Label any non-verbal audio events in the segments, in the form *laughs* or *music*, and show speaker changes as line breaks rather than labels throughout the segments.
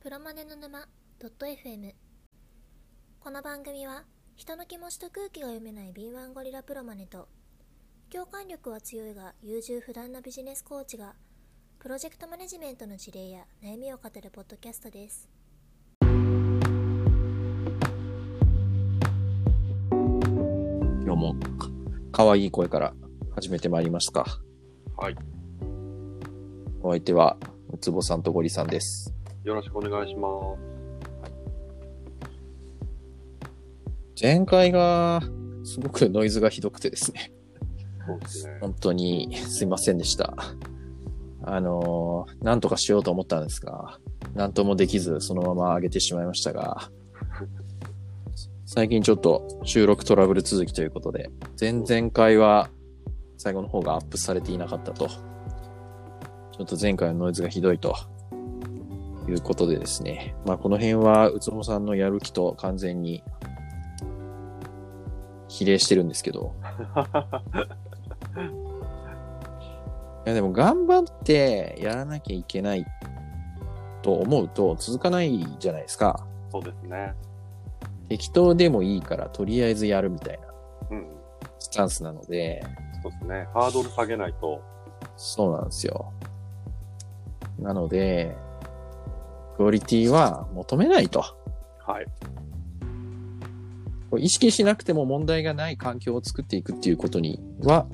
プロマネの沼 .fm この番組は人の気持ちと空気が読めない敏腕ゴリラプロマネと共感力は強いが優柔不断なビジネスコーチがプロジェクトマネジメントの事例や悩みを語るポッドキャストです
今日もか可愛い声から始めてまいりますか。
はい。
お相手は、ウツボさんとゴリさんです。
よろしくお願いしま
前回が、すごくノイズがひどくてですね。
す。そうですね。
本当にすいませんでした。あのー、なんとかしようと思ったんですが、なんともできず、そのまま上げてしまいましたが、最近ちょっと収録トラブル続きということで、前々回は最後の方がアップされていなかったと。ちょっと前回のノイズがひどいと。いうことでですね。まあ、この辺は、うつもさんのやる気と完全に、比例してるんですけど。いやでも頑張ってやらなきゃいけないと思うと続かないじゃないですか。
そうですね。
適当でもいいからとりあえずやるみたいな
うん。
スタンスなので、
そうですね。ハードル下げないと。
そうなんですよ。なので、クオリティは求めないと。
はい。
こう意識しなくても問題がない環境を作っていくっていうことには、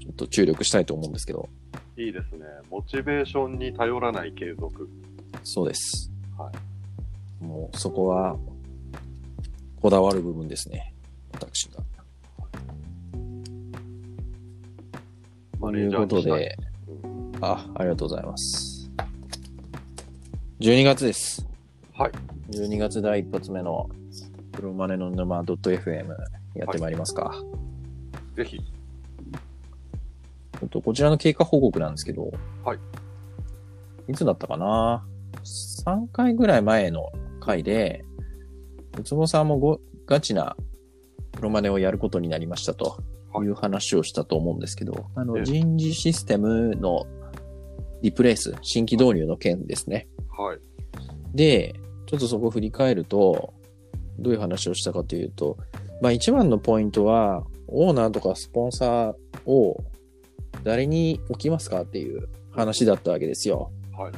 ちょっと注力したいと思うんですけど、
いいですね。モチベーションに頼らない継続。
そうです。
は
もうそこは、こだわる部分ですね。私が。
マ
と
ネ
い
ー
う
ジ
こ
ャー
と
にしたい。
で、あ、ありがとうございます。12月です。
はい。
12月第一発目の、プロマネの沼 .fm やってまいりますか。
ぜひ。
ちょっとこちらの経過報告なんですけど、
はい。
いつだったかな ?3 回ぐらい前の回で、ウツボさんもごガチなプロマネをやることになりましたと
はい
いう話をしたと思うんですけど、あ
え
の
え
人事システムのリプレイス、新規導入の件ですね。
はい。 *laughs*
で、ちょっとそこを振り返ると、どういう話をしたかというと、まあ一番のポイントは、オーナーとかスポンサーを誰に置きますかっていう話だったわけですよ。
はい。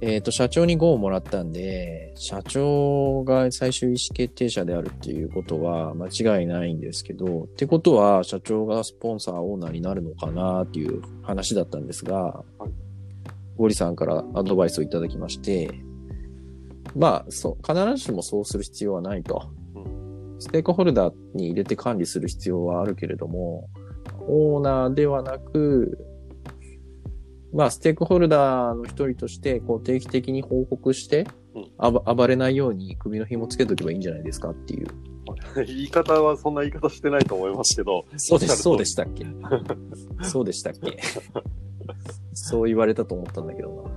えっ、と、社長に GO をもらったんで、社長が最終意思決定者であるっていうことは間違いないんですけど、ってことは社長がスポンサーオーナーになるのかなっていう話だったんですが、
はい
ゴリさんからアドバイスをいただきまして、まあ、そう、必ずしもそうする必要はないと。
う
ステークホルダーに入れて管理する必要はあるけれども、オーナーではなく、まあ、ステークホルダーの一人として、こう、定期的に報告して
うん、
あば暴れないように首の紐つけとけばいいんじゃないですかっていう。
言い方はそんな言い方してないと思いますけど。
そうです、そ
お
う
っ
で
し
したっけそうでしたっけそう言われたと思ったんだけど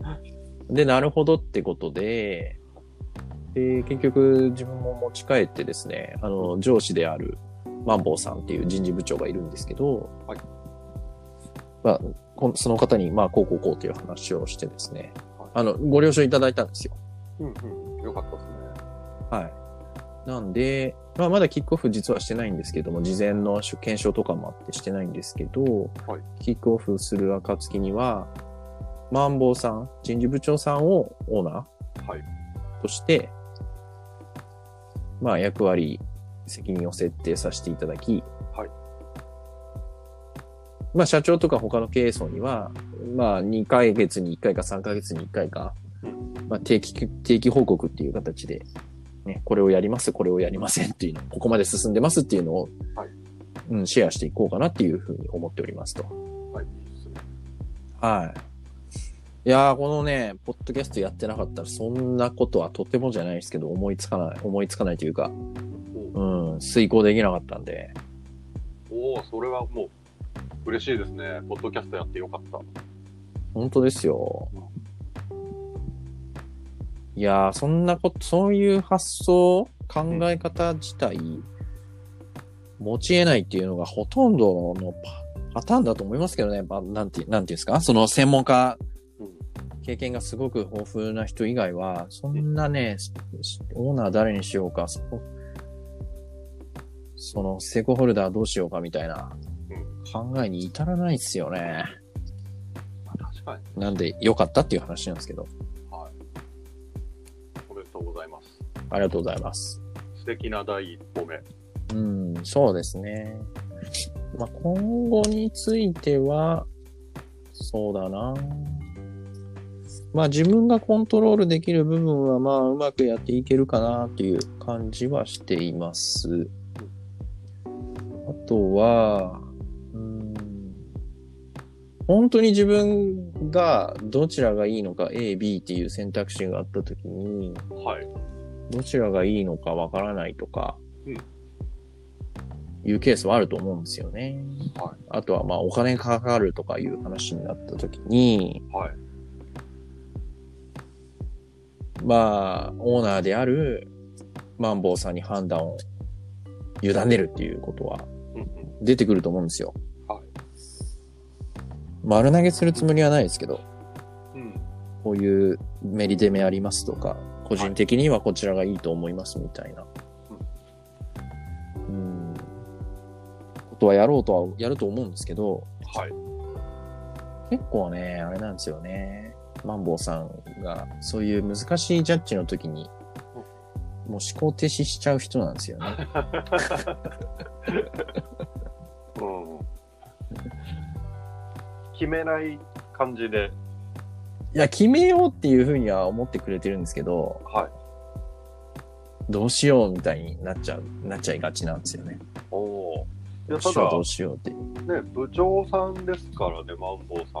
な。で、なるほどってことで、で、結局自分も持ち帰ってですね、あの、上司であるマンボウさんっていう人事部長がいるんですけど、
はい
まあ、こんその方に、まあ、こうこうこうという話をしてですね
はい、
あの、ご了承いただいたんですよ。
うんうん。よかったですね。
はい。なんで、まあ、まだキックオフ実はしてないんですけども、事前の検証とかもあってしてないんですけど、
はい
キックオフする暁には、マンボウさん、人事部長さんをオーナ
はい。
ーとして、まあ、役割、責任を設定させていただき、
はい
まあ、社長とか他の経営層には、まあ、2ヶ月に1回か3ヶ月に1回か、
う
まあ、定期、定期報告っていう形で、ね、これをやります、これをやりませんっていうの、ここまで進んでますっていうのを、
はい
うん、シェアしていこうかなっていうふうに思っておりますと。
はい。いいですね。
はい。いやー、このね、ポッドキャストやってなかったら、そんなことはとてもじゃないですけど、思いつかない、思いつかないというか、うん、遂行できなかったんで、
おおー、それはもう、嬉しいですね。ポッドキャストやってよかった。
本当ですよ。いやー、そんなこと、そういう発想、考え方自体、持ち得ないっていうのがほとんどのパパターンだと思いますけどね、まあなんて、なんていうんですか、その専門家
うん、
経験がすごく豊富な人以外は、そんなね、ししオーナー誰にしようか、そこその、ステークホルダーどうしようかみたいな
うん
考えに至らないですよね。
まあ確かに。
なんで、良かったっていう話なんですけど、
はい。おめでとうございます。
ありがとうございます。
素敵な第一歩目。
うん、そうですね。まあ、今後については、そうだな。まあ自分がコントロールできる部分はまあうまくやっていけるかなっていう感じはしています。あとは、うん、本当に自分がどちらがいいのか A、B っていう選択肢があった時に、
はい。
どちらがいいのかわからないとか
うん、
いうケースはあると思うんですよね。
は
あとは、まあ、お金かかるとかいう話になった時に、
はい。
まあ、オーナーであるマンボウさんに判断を委ねるっていうことは
うんうん。
出てくると思うんですよ。
はい
丸投げするつもりはないですけど、
うん。
こういうメリデメありますとか、個人的にはこちらがいいと思いますみたいな。うん。ことはやろうとは、やると思うんですけど、
はい。
結構ね、あれなんですよね。マンボウさんが、そういう難しいジャッジの時に、もう思考停止しちゃう人なんですよね。
うん。決めない感じで、
いや、決めようっていうふうには思ってくれてるんですけど、
はい。
どうしようみたいになっちゃう、なっちゃいがちなんですよね。
おおー。
ど
いや、
うしたよう、どう
だ、
しようって。
ね、部長さんですからね、マンボウさ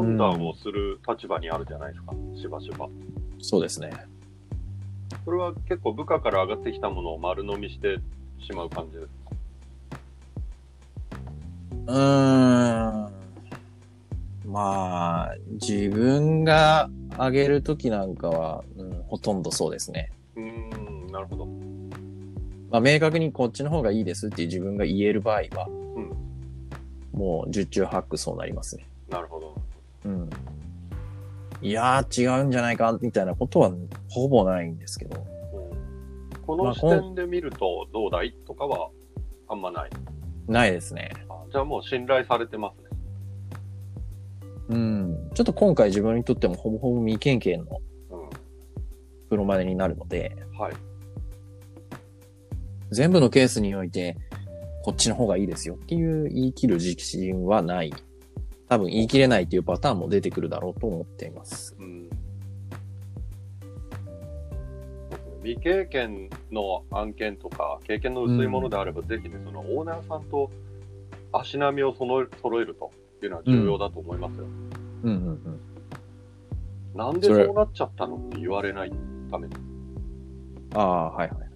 ん。判断をする立場にあるじゃないですか、しばしば。
そうですね。
それは結構部下から上がってきたものを丸飲みしてしまう感じです。
うーんまあ、自分があげるときなんかは、うん、ほとんどそうですね。
うーん、なるほど。
まあ、明確にこっちの方がいいですっていう自分が言える場合は、
ん
もう十中八九そうなりますね。
なるほど。
うん。いやー、違うんじゃないか、みたいなことはほぼないんですけど。
うんこ
ま
の
あ
視
こん
点で見るとどうだいとかはあんまない。
ないですね。
あじゃあもう信頼されてますね。
うん。ちょっと今回自分にとってもほぼほぼ未経験の
う
プロマネになるので、
ん。はい。
全部のケースにおいて、こっちの方がいいですよっていう言い切る自信はない。多分言い切れないっていうパターンも出てくるだろうと思っています。
うん。未経験の案件とか、経験の薄いものであれば、ぜひね、そのオーナーさんと足並みをその揃えるというのは重要だと思いますよ。
うんうんうん。
なんでそうなっちゃったのって言われないために。
ああ、はいはいはい。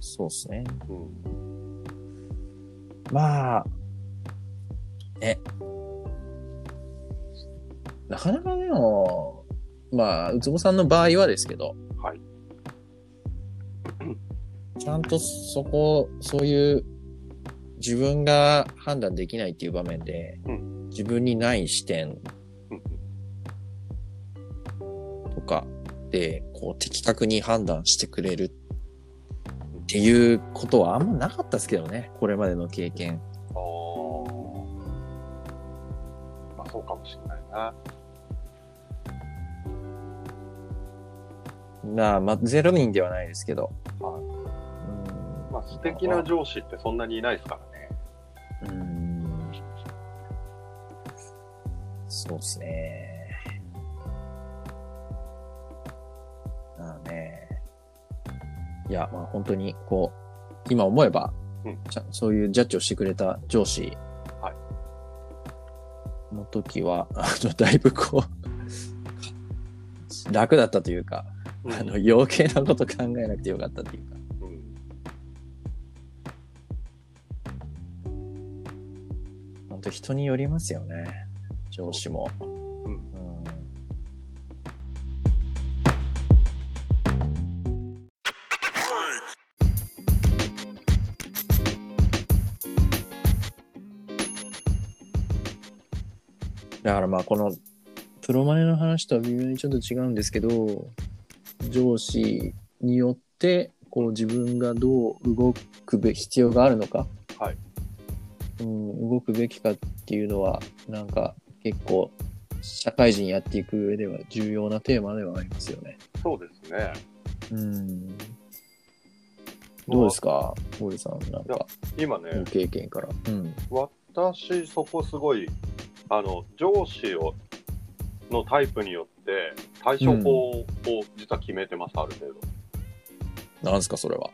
そうですね。
うん。
まあ、え、なかなかでも、まあ、うつぼさんの場合はですけど、
はい。
ちゃんとそこ、そういう自分が判断できないっていう場面で、
う
自分にない視点
うん
とかで、こう的確に判断してくれるっていうことはあんまなかったですけどね、これまでの経験。
あーまあ、そうかもしれないな。
なあ、まあ、ゼロ人ではないですけど。
はい
うん
まあ、素敵な上司ってそんなにいないですからね。
うんそうですね。まあね。いや、まあ本当に、こう、今思えば、
うん
ちゃそういうジャッジをしてくれた上司
は
の時は、あの、だいぶこう、楽だったというか、あの、余計なこと考えなくてよかったというか。
うん
本当人によりますよね上司も、
うん
だからまあこのプロマネの話とは微妙にちょっと違うんですけど、上司によって、こう自分がどう動くべき必要があるのか、
はい
うん、動くべきかっていうのは、なんか結構、社会人やっていく上では重要なテーマではありますよね。
そうですね。
うん。どうですか、森さん、なんか、
今ね、
ご経験から。うん。
私そこすごいあの上司をのタイプによって対処法を実は決めてます、ある程
なんですか、それは。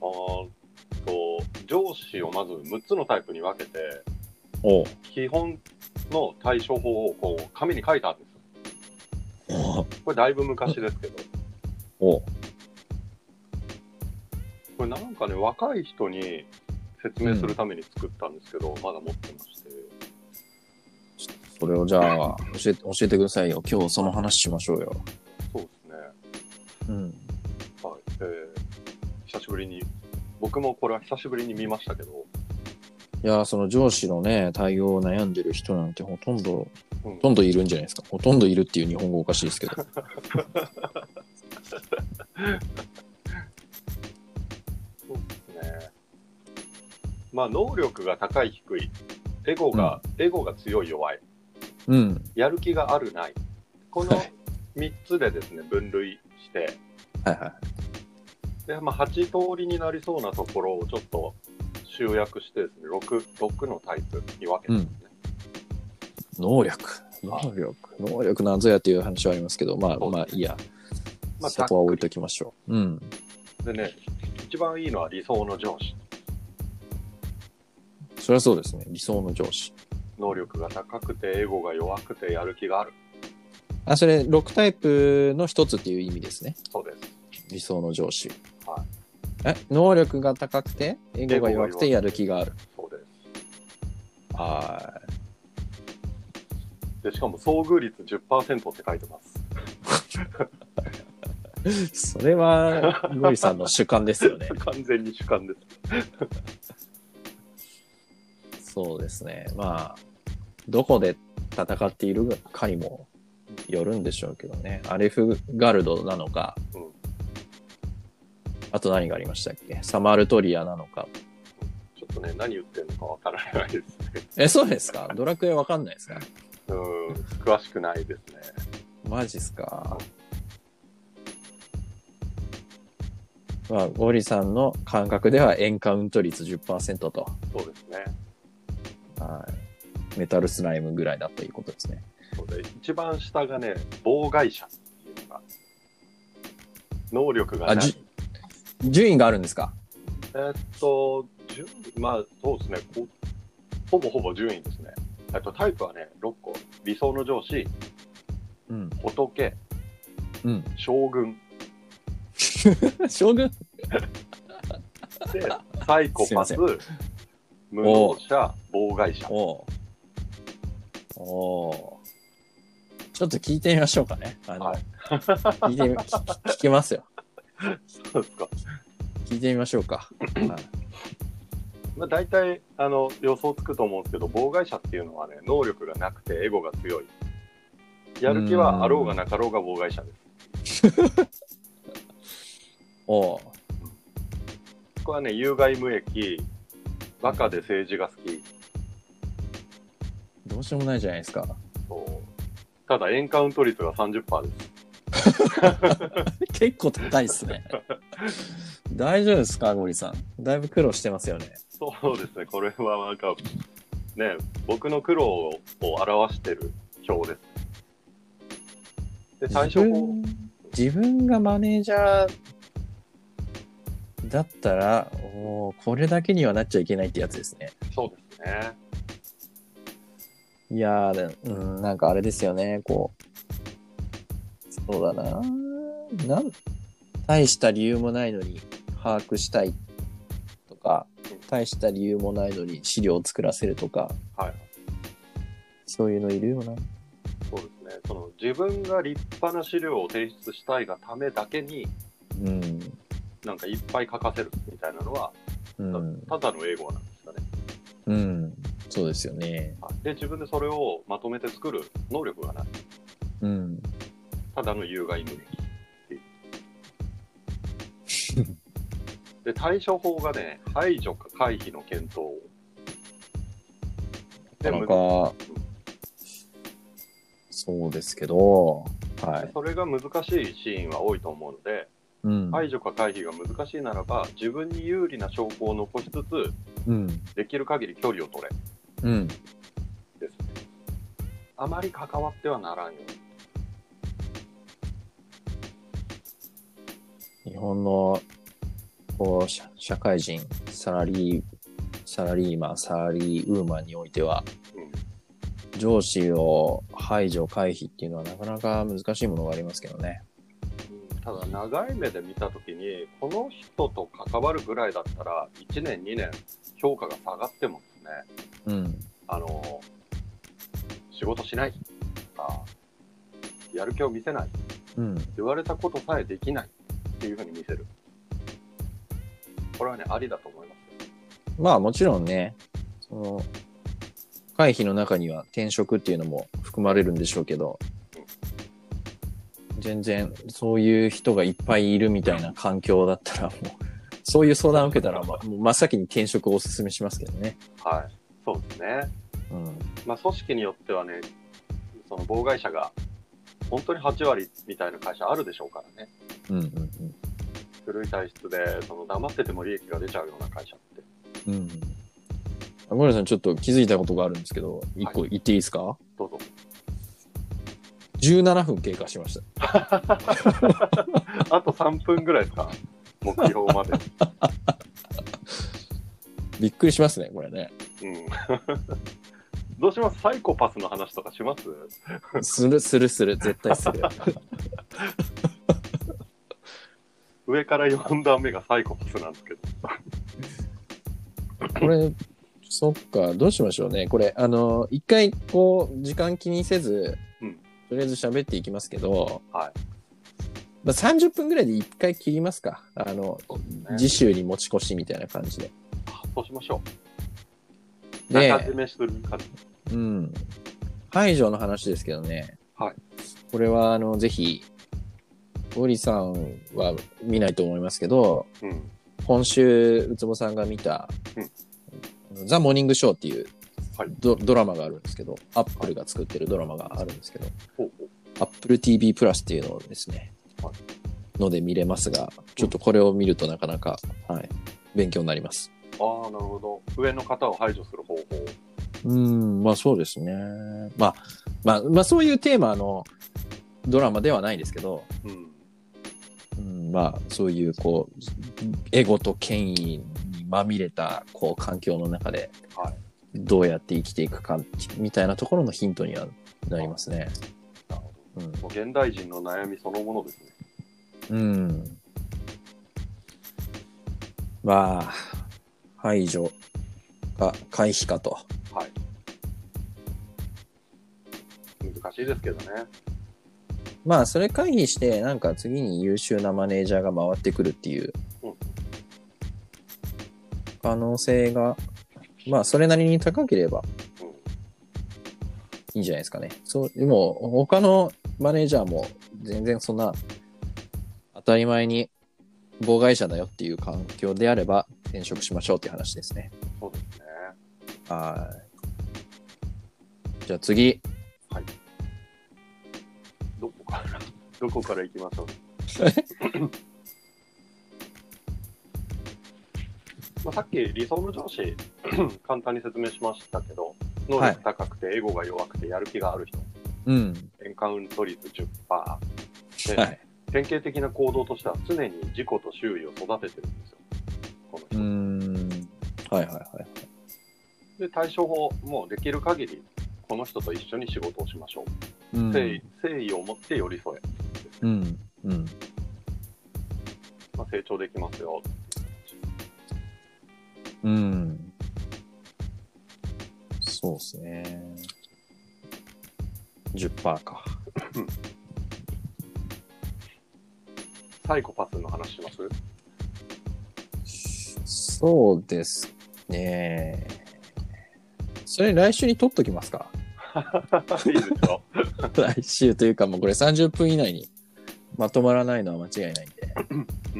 度あーと上司をまず6つのタイプに分けて
おう *laughs*
基本の対処法をこう紙に書いたんですこれだいぶ昔ですけど
おう
これなんかね若い人に説明するために作ったんですけど、まだ持ってまして
それをじゃあ、教えて、教えてくださいよ。今日その話しましょうよ。
そうですね
うん。
はいえー久しぶりに僕もこれは久しぶりに見ましたけど、
いやー、その上司のね、対応を悩んでる人なんてほとんど、ほ
うん
とんどいるんじゃないですか。ほとんどいるっていう日本語おかしいですけ *laughs* ど。
そうですね。まあ、能力が高い、低い。エゴが、エゴが強い、弱い。
うん。
やる気がある、ない。この
はい
3つでですね、分類して、
はいはい。
で、まあ、8通りになりそうなところをちょっと集約してですね、6、6のタイプに分けてですね。
能力。能力。能力なんぞやっていう話はありますけど、まあ
そう
まあいいや。
まあ
そこは置いときましょう。うん。
でね、一番いいのは理想の上司。
そりゃそうですね。理想の上司。
能力が高くて、エゴが弱くて、やる気がある。
あ、それ、6タイプの一つっていう意味ですね。
そうです。
理想の上司。。
はい
え、能力が高くて、英語が弱くてやる気がある。
そうです。
は
で、しかも遭遇率10%って書いてます。。
い。それは、ゴリさんの主観ですよね
完全に主観です。
そうですね。まあ、どこで戦っているかにもよるんでしょうけどね。アレフガルドなのか、
うん
あと何がありましたっけサマルトリアなのか。
ちょっとね、何言ってるのかわからないですね。
え、そうですかドラクエわかんないですか
うーん、詳しくないですね。
マジっすか。まあ、ゴリさんの感覚ではエンカウント率10%と、
そうですね。
はい、メタルスライムぐらいだということですね。
そうで一番下がね、妨害者っていうのが、能力が
あ、
な
じ
い。
順位があるんですか
えーっと、順まあ、そうですねこほぼほぼ順位ですね。えっと、タイプはね、6個。理想の上司、
うん。
仏、 *laughs*
うん。
将軍。
将軍 *laughs*
で、サイコパス
すい、
無能者、妨害者。
おうおうちょっと聞いてみましょうかね。あの、
はい
聞いてみ聞聞きますよ。
そうですか。
聞いてみましょうか。はい
まあ、大体あの予想つくと思うんですけど妨害者っていうのはね能力がなくてエゴが強いやる気はあろうがなかろうが妨害者で
おう
すこれはね有害無益バカで政治が好き
どうしようもないじゃないですか。
そうただエンカウント率が30%です
結構高いですね。大丈夫ですか、ゴリさん。だいぶ苦労してますよね。
そうですねこれはなんかね僕の苦労を表してる表ですで対処
自
法
分自分がマネージャーだったら、おーこれだけにはなっちゃいけないってやつですね。
そうですね
いやー、でうん、なんかあれですよね、こう。そうだな。なん、大した理由もないのに把握したいとか、大した理由もないのに資料を作らせるとか、
はい
そういうのいるよな。
そうですねその自分が立派な資料を提出したいがためだけに
うん。
なんかいっぱい書かせるみたいなのは、
うん。
ただの英語なんですかね。
うん。そうですよね。
はいで、自分でそれをまとめて作る能力がない。
うん。
ただの有害無益っていう。
*laughs*
で、対処法がね、排除か回避の検討。で
なかなか、
む
そうですけど、はい。
それが難しいシーンは多いと思うので、
うん。
排除か回避が難しいならば、自分に有利な証拠を残しつつ、
うん。
できる限り距離を取れ。
うん。
ですね。あまり関わってはならんよ。
日本の、こう、社社会人、サラリー、サラリーマン、サラリーウーマンにおいては、
うん
上司を排除回避っていうのはなかなか難しいものがありますけどね。
うんただ長い目で見たときにこの人と関わるぐらいだったら1年2年評価が下がってもですね
うん。
あの仕事しないとかやる気を見せない
うん。
言われたことさえできないっていうふうに見せるこれはねありだと思いますよ
まあもちろんね、その、回避の中には転職っていうのも含まれるんでしょうけど、全然そういう人がいっぱいいるみたいな環境だったらもう、そういう相談を受けたら、ま、もう真っ先に転職をお勧めしますけどね。
はいそうですね
うん。
まあ組織によってはねその妨害者が本当に8割みたいな会社あるでしょうからね
うんうん
古い体質でその黙ってても利益が出ちゃうような会社って
うん。うん。あ森田さん、ちょっと気づいたことがあるんですけど、一個言っていいですか、
どうぞ
?17 分経過しました。
あと3分ぐらいです *laughs* か目標まで、
びっくりしますね、これね。
うん、 *laughs* どうしますサイコパスの話とかします
するするする、絶対
*laughs*
する。
上から4段目がサイコパスなんですけど
これ、そっか、どうしましょうね。これ、あの、一回、こう、時間気にせず、
うん
とりあえず喋っていきますけど、
はい
まあ、30分ぐらいで一回切りますか。あの、次週に持ち越しみたいな感じで。
あそうしましょう中
で
締、めする感じ
うん。排除の話ですけどね。
はい。
これは、あの、ぜひ、ゴリさんは見ないと思いますけど、
うん
今週、ウツボさんが見た、
うん
ザ・モーニング・ショーっていう
はい
ド,、ドラマがあるんですけど、アップルが作ってるドラマがあるんですけど、
ほうほう
アップル TV プラスっていうのをですね、
は
ので見れますが、ちょっとこれを見るとなかなか、はい、勉強になります。
ああなるほど上の方を排除する方法
うん、まあそうですね。まあ、まあ、まあそういうテーマのドラマではないですけど、
うん
うん、まあそういうこうエゴと権威にまみれたこう環境の中で
はい
どうやって生きていくかみたいなところのヒントにはなりますね。
なるほ
うん
どもう現代人の悩みそのものですね
うん、まあ排除か回避かと。
はい難しいですけどね
まあそれ回避してなんか次に優秀なマネージャーが回ってくるっていう
うん
可能性がまあそれなりに高ければ
うん
いいんじゃないですかね。そう、でも、他のマネージャーも全然そんな、当たり前に妨害者だよっていう環境であれば転職しましょうっていう話ですね。
そうですね
はい。じゃあ次。
どこから、どこから行きま
*laughs*
しょう。まあさっき理想の上司、 *clears throat* 簡単に説明しましたけど、能力高くて、エゴが弱くて、やる気がある人、
うん。
エンカウント率10%。で、
はい。
典型的な行動としては、常に自己と周囲を育ててるんですよ。この
う
人。
ーん。はいはいはい。
で、対処法、もうできる限り、この人と一緒に仕事をしましょう。
うん。
誠意誠意を持って寄り添え、
うん。うん。
まあ、成長できますよ。
うん。そうですね。10%か。
サイコパスの話します
そうですね。それ来週に取っときますか
*laughs* いいですよ。
*laughs* 来週というかもうこれ30分以内にまとまらないのは間違いないんで
う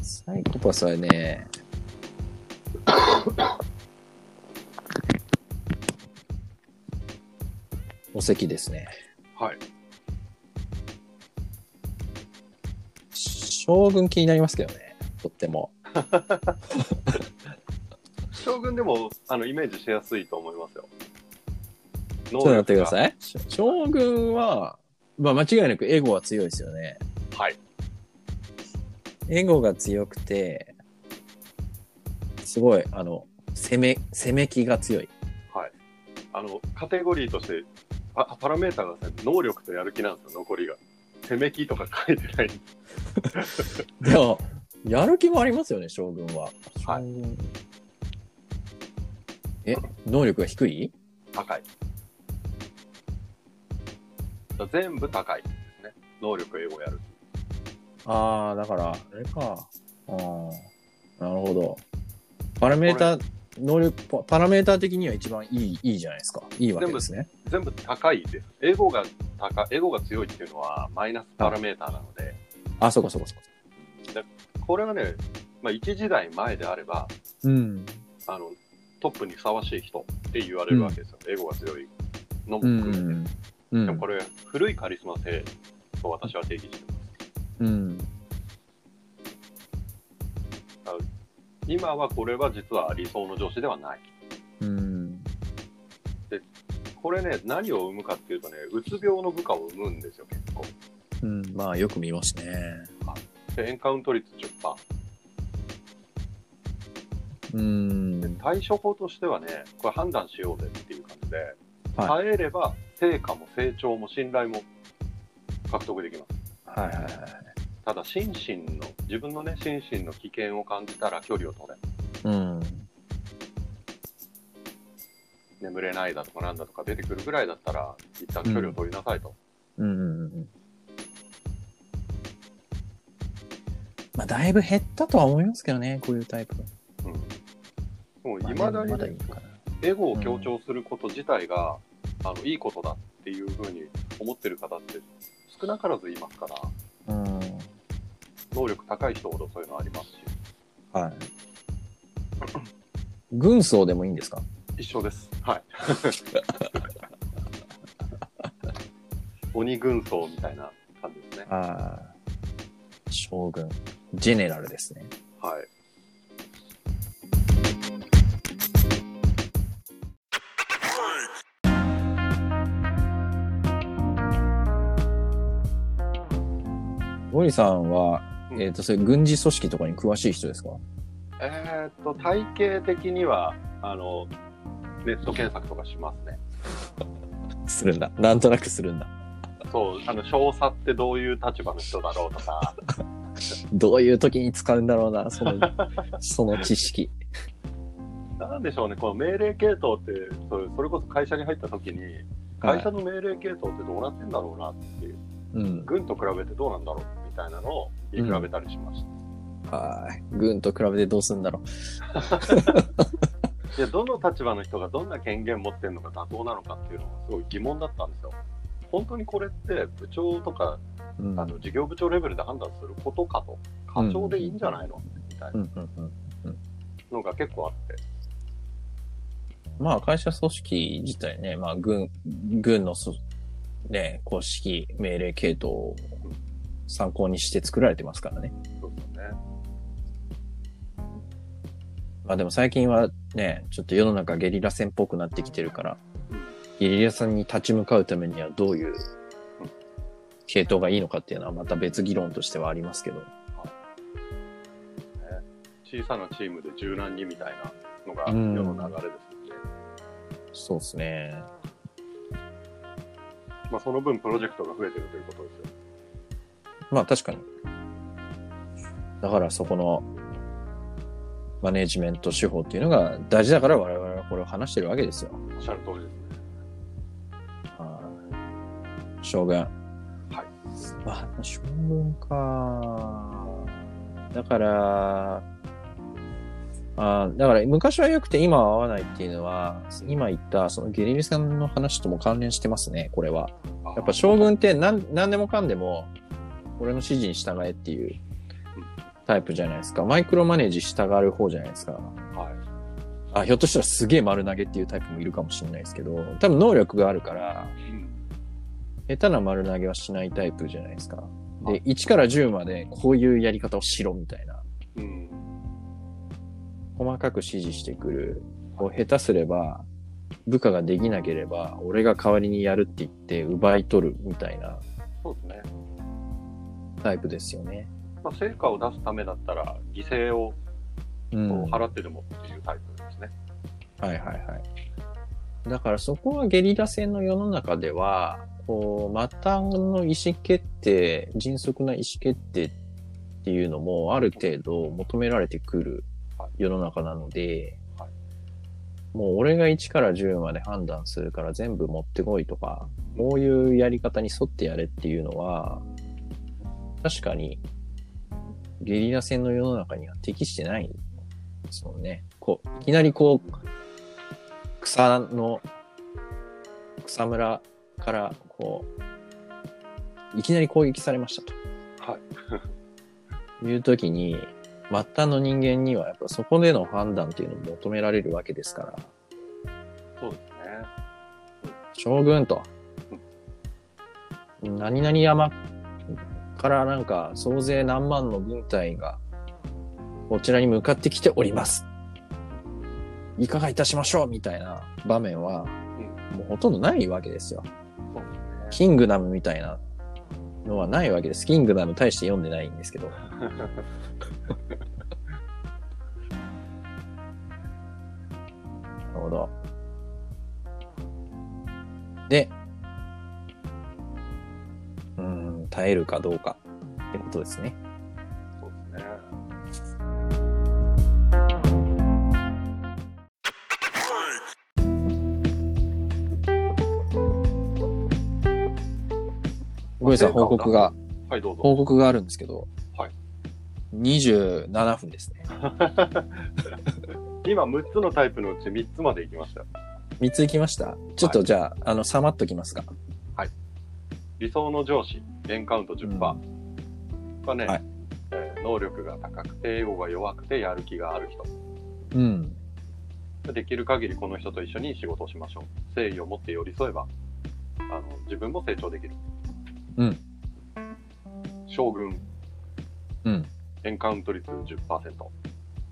ん。
サイコパスは *laughs* ねお席ですね
はい。
将軍気になりますけどねとっても
将軍でも、あの、イメージしやすいと思いますよ。ち
ちょっと待ってくだ
い。
さい将軍は、まあ、間違いなくエゴは強いですよね
はい。
エゴが強くて、すごい、あの、攻め、攻め気が強い。
はい。あの、カテゴリーとして、あパラメーターがさ能力とやる気なんですよ、残りが。攻め気とか書いてない。
でも、やる気もありますよね、将軍は。
はい
将軍え、能力が低い
高い。だから全部高いですね。能力、英語やる。
ああ、だから、あれか。ああ、なるほど。パラメーター、能力、パパラメーター的には一番いい、いいじゃないですか。いいわけですね。
全部高いです。英語が高い、英語が強いっていうのはマイナスパラメーターなので、
あ、そうかそうかそうか。
これはね、まあ、一時代前であれば、
うん。
あの、トップにふさわしい人って言われるわけですよ。英語が強いのも
う
含めて。
ん。う
でも
ん
こ。れ、古いカリスマ性と私は定義してます。
うん。
今はこれは実は理想の上司ではない。
うん。
これね、何を生むかっていうとね、うつ病の部下を生むんですよ、結構。
うん。まあ、よく見ますね。
で、エンカウント率10%。
うん。
対処法としてはね、これ判断しようぜっていう感じで、
は
耐えれば成果も成長も信頼も獲得できます。
はいはいはい。
ただ、心身の、自分のね、心身の危険を感じたら距離を取れ。
うん。
眠れないだとかなんだとか出てくるぐらいだったら、一旦距離を取りなさいと。
うん。まあ、だいぶ減ったとは思いますけどね、こういうタイプ。
うん。もう、いまだに
まだ
ね、
いいかな。
エゴを強調すること自体が、あの、いいことだっていうふうに思ってる方って少なからずいますから、
うん。
能力高い人ほどそういうのありますし、
はい。軍曹でもいいんですか
一緒です。はい。鬼軍曹みたいな感じですね。
ああ。将軍。ジェネラルですね。
はい。
ゴリさんは、
うん
えっ、と、それ軍事組織とかに詳しい人ですか
えーっと、体系的には、あの、ネット検索とかしますね。
するんだ。なんとなくするんだ。
そう、あの、少佐ってどういう立場の人だろうとか、 *laughs*
どういう時に使うんだろうな、 *laughs* その、その知識。
なんでしょうね、この命令系統って、そうそれこそ会社に入った時に、会社の命令系統ってどうなってんだろうなっていう、
うん。
軍と比べてどうなんだろうみたいなのを見比べたりしました。
はい。軍と比べてどうするんだろ
いやどの立場の人がどんな権限持ってるのが妥当なのかっていうのがすごい疑問だったんですよ。本当にこれって部長とか
う。うん
あの事業部長レベルで判断することかと課長でいいんじゃないのみたい
うん
な
うんうん
のが結構あって
まあ、会社組織自体ね、まあ、軍、軍のそ、ね、公式命令系統を参考にして作られてますからね。
そうですよね。
まあでも最近はね、ちょっと世の中ゲリラ戦っぽくなってきてるから、ゲリラ戦に立ち向かうためにはどういう系統がいいのかっていうのはまた別議論としてはありますけど。
小さなチームで柔軟にみたいなのが
う
世
ん
の流れですよね。
そうですね。
まあ、その分プロジェクトが増えてるということですよ。
まあ確かに。だからそこのマネジメント手法っていうのが大事だから我々はこれを話してるわけですよ。
おっしゃる通りですね。
はい将軍。はい。まあ、将軍か。だから、あーだから昔は良くて今は合わないっていうのは、今言ったそのゲリルさんの話とも関連してますね、これは。
あー
やっぱ将軍って何何でもかんでも、俺の指示に従えっていうタイプじゃないですか。マイクロマネージ従う方じゃないですか。
はい。
あ、ひょっとしたらすげえ丸投げっていうタイプもいるかもしれないですけど、多分能力があるから、
うん
下手な丸投げはしないタイプじゃないですか。
は
で、1から10までこういうやり方をしろみたいな。
うん。
細かく指示してくる。こう下手すれば、部下ができなければ、俺が代わりにやるって言って奪い取るみたいな
そうですね。
タイプですよね。
まあ、成果を出すためだったら、犠牲を
うん。はい
払ってでもっていうタイプですね。
はいはい。だからそこはゲリラ戦の世の中では、こう、末端の意思決定、迅速な意思決定っていうのもある程度求められてくる世の中なので
は、
もう俺が1から10まで判断するから全部持ってこいとか、こういうやり方に沿ってやれっていうのは、確かにゲリラ戦の世の中には適してないですもんね。こう、いきなりこう、草の、草むらから、こう、いきなり攻撃されましたと。。
は
*laughs*
い
いうときに、末端の人間には、やっぱそこでの判断っていうのも求められるわけですから、
そうですね。
将軍と、何々山からなんか総勢何万の軍隊がこちらに向かってきております。いかがいたしましょうみたいな場面は、もうほとんどないわけですよ。
そうですね。
キングダムみたいなのはないわけです。キングダム大して読んでないんです
*laughs*
けど。なるほど。で、うーん、耐えるかどうかってことですね。
そうですね。
ごめんなさい、
成果
報
を
告が、
はい、どうぞ。
報告があるんですけど、
はい。
27分ですね。
*laughs* 今、6つのタイプのうち3つまでいきましたよ。
3つ行きましたちょっとじゃあ、あの、さまっときますか。
理想の上司、エンカウント10%。がね、
はい
えー能力が高くて、英語が弱くて、やる気がある人。
うん。
できる限りこの人と一緒に仕事をしましょう。誠意を持って寄り添えば、あの自分も成長できる。
うん。
将軍、
うん。
エンカウント率10%。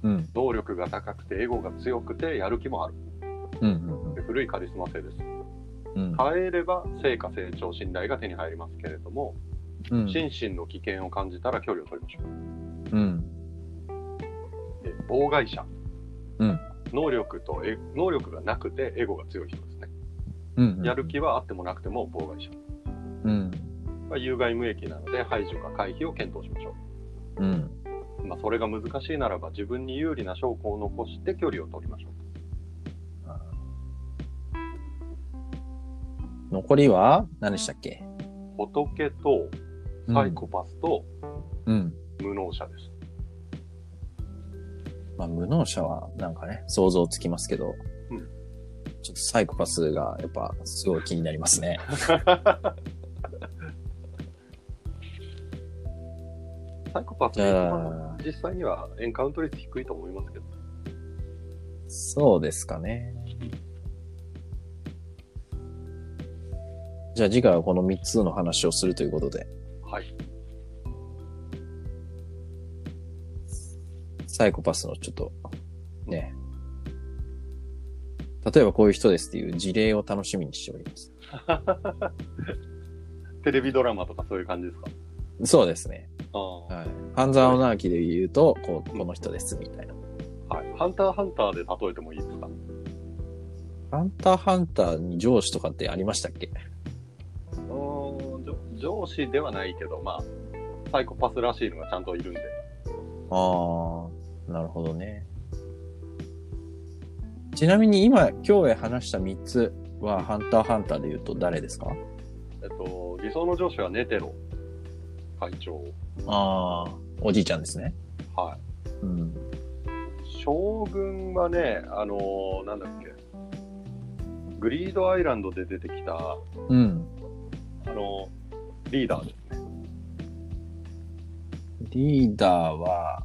うん。
能力が高くて、エゴが強くて、やる気もある。
うん。うん
で古いカリスマ性です。
うん。
変えれば、成果、成長、信頼が手に入りますけれども、
うん。
心身の危険を感じたら距離を取りましょう。
うん。
で妨害者。
うん
能力とエ、能力がなくて、エゴが強い人ですね。
うん。
やる気はあってもなくても妨害者。
うん。
まあ、有害無益なので、排除か回避を検討しましょ
うん。
う。まあ、それが難しいならば、自分に有利な証拠を残して距離を取りましょ
残りは何でしたっけ
う。仏と、サイコパスと、
うん。
無能者です。
まあ、無能者はなんかね、想像つきますけど、
うん
ちょっとサイコパスがやっぱすごい気になりますね。
サイコパス
じ
ね、
ゃ
まあ
あ、
実際にはエンカウント率低いと思いますけど、
そうですかね。じゃあ次回はこの3つの話をするということで、
はい。
サイコパスのちょっと、ね、例えばこういう人ですっていう事例を楽しみにしております。
テレビドラマとかそういう感じですか
そうですね。
ああ
はい。半沢オナーキで言うと、こう、この人です、みたいな。
はい。ハンターハンターで例えてもいいですか
ハンターハンターに上司とかってありましたっけ
うーん上上司ではないけど、まあ、サイコパスらしいのがちゃんといるんで、
ああ、なるほどね。ちなみに今、今日話した3つは、ハンターハンターで言うと誰ですか
えっと、理想の上司はネテロ会長、
ああ、おじいちゃんですね。
は
うん。
い。将軍はね、あのーなんだっけ、グリードアイランドで出てきた、あ
うん。
のーリーダーです。
リーダーは、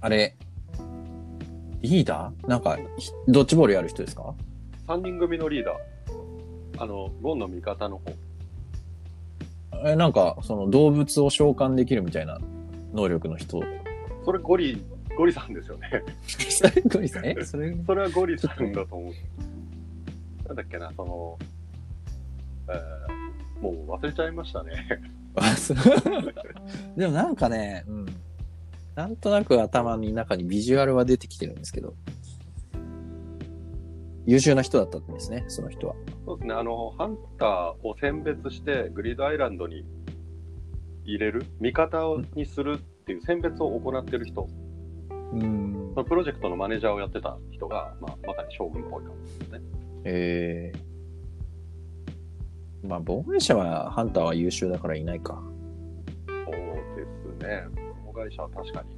あれ、リーダーなんか、ひドッジボールやる人ですか
3人組のリーダー。あの、ゴンの味方の方。
え、なんか、その動物を召喚できるみたいな能力の人。
それゴリ、ゴリさんですよね。
*laughs*
*laughs*
それゴリさんえそ *laughs* れ
それはゴリさんだと思う。なんだっけな、その、えーもう忘れちゃいましたね。 *laughs*
あそうでもなんかね、うん。なんとなく頭に中にビジュアルは出てきてるんですけど。優秀な人だったんですね、その人は。
そうですね、あの、ハンターを選別して、グリードアイランドに入れる、味方をにするっていう選別を行ってる人、
うん
そ。のプロジェクトのマネージャーをやってた人が、まあ、まさに将軍っぽい感じですね。
えー。まあ、防衛者は、ハンターは優秀だからいないか。
そうですね、子会社は確かに。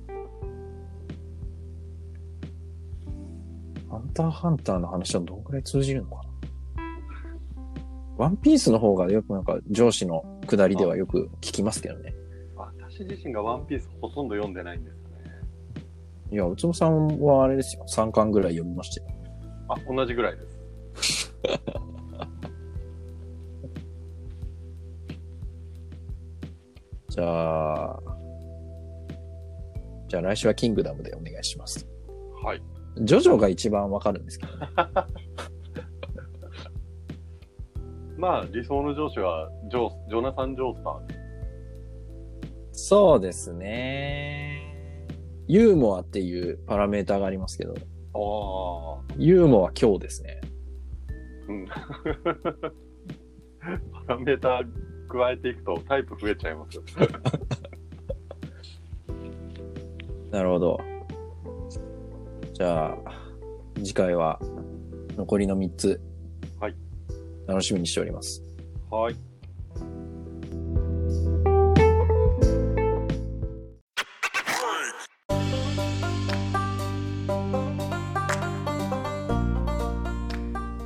ハンターハンターの話はどんくらい通じるのかなワンピースの方がよくなんか上司の下りではよく聞きますけどね。
私自身がワンピースほとんど読んでないんですね。
いや、うつぼさんはあれですよ。3巻ぐらい読みましたよ。
あ、同じぐらいです。
じゃあ、じゃあ来週はキングダムでお願いします。
はい。
ジョジョが一番わかるんですけど。
まあ、理想の上司はジョー、ジョナサン・ジョースターで
そうですね。ユーモアっていうパラメーターがありますけど、
ああ、
ユーモアは今日ですね。
うん。 *laughs* パラメータ加えていくとタイプ増えちゃいますよ。
なるほど。じゃあ、次回は残りの3つ。
はい。
楽しみにしております。
はい。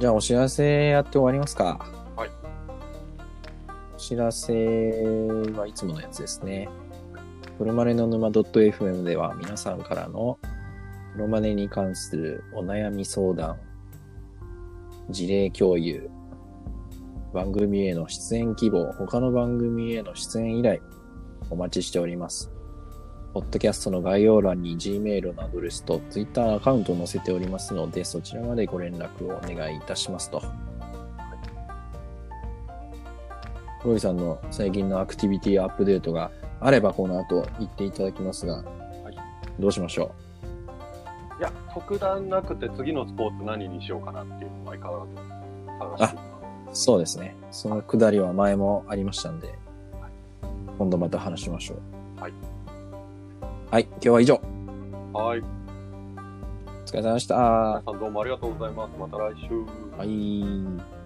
じゃあ、お知らせやって終わりますか。
はい。
お知らせはいつものやつですね。プロマネの沼 .fm では皆さんからのプロマネに関するお悩み相談、事例共有、番組への出演希望、他の番組への出演依頼、お待ちしております。ポッドキャストの概要欄に Gmail のアドレスと Twitter アカウントを載せておりますので、そちらまでご連絡をお願いいたしますと。ロイさんの最近のアクティビティアップデートがあればこの後言っていただきますが、
い
どうしましょ
いや、特段なくて次のスポーツ何にしようかなっていうのは相変わらず探しています。
うそうですね。そのくだりは前もありましたんで、今度また話しましょう。
はい。
はい、今日は以上。
はい。
お疲れ様でした。は
皆さんどうもありがとうございます。また来週。
い。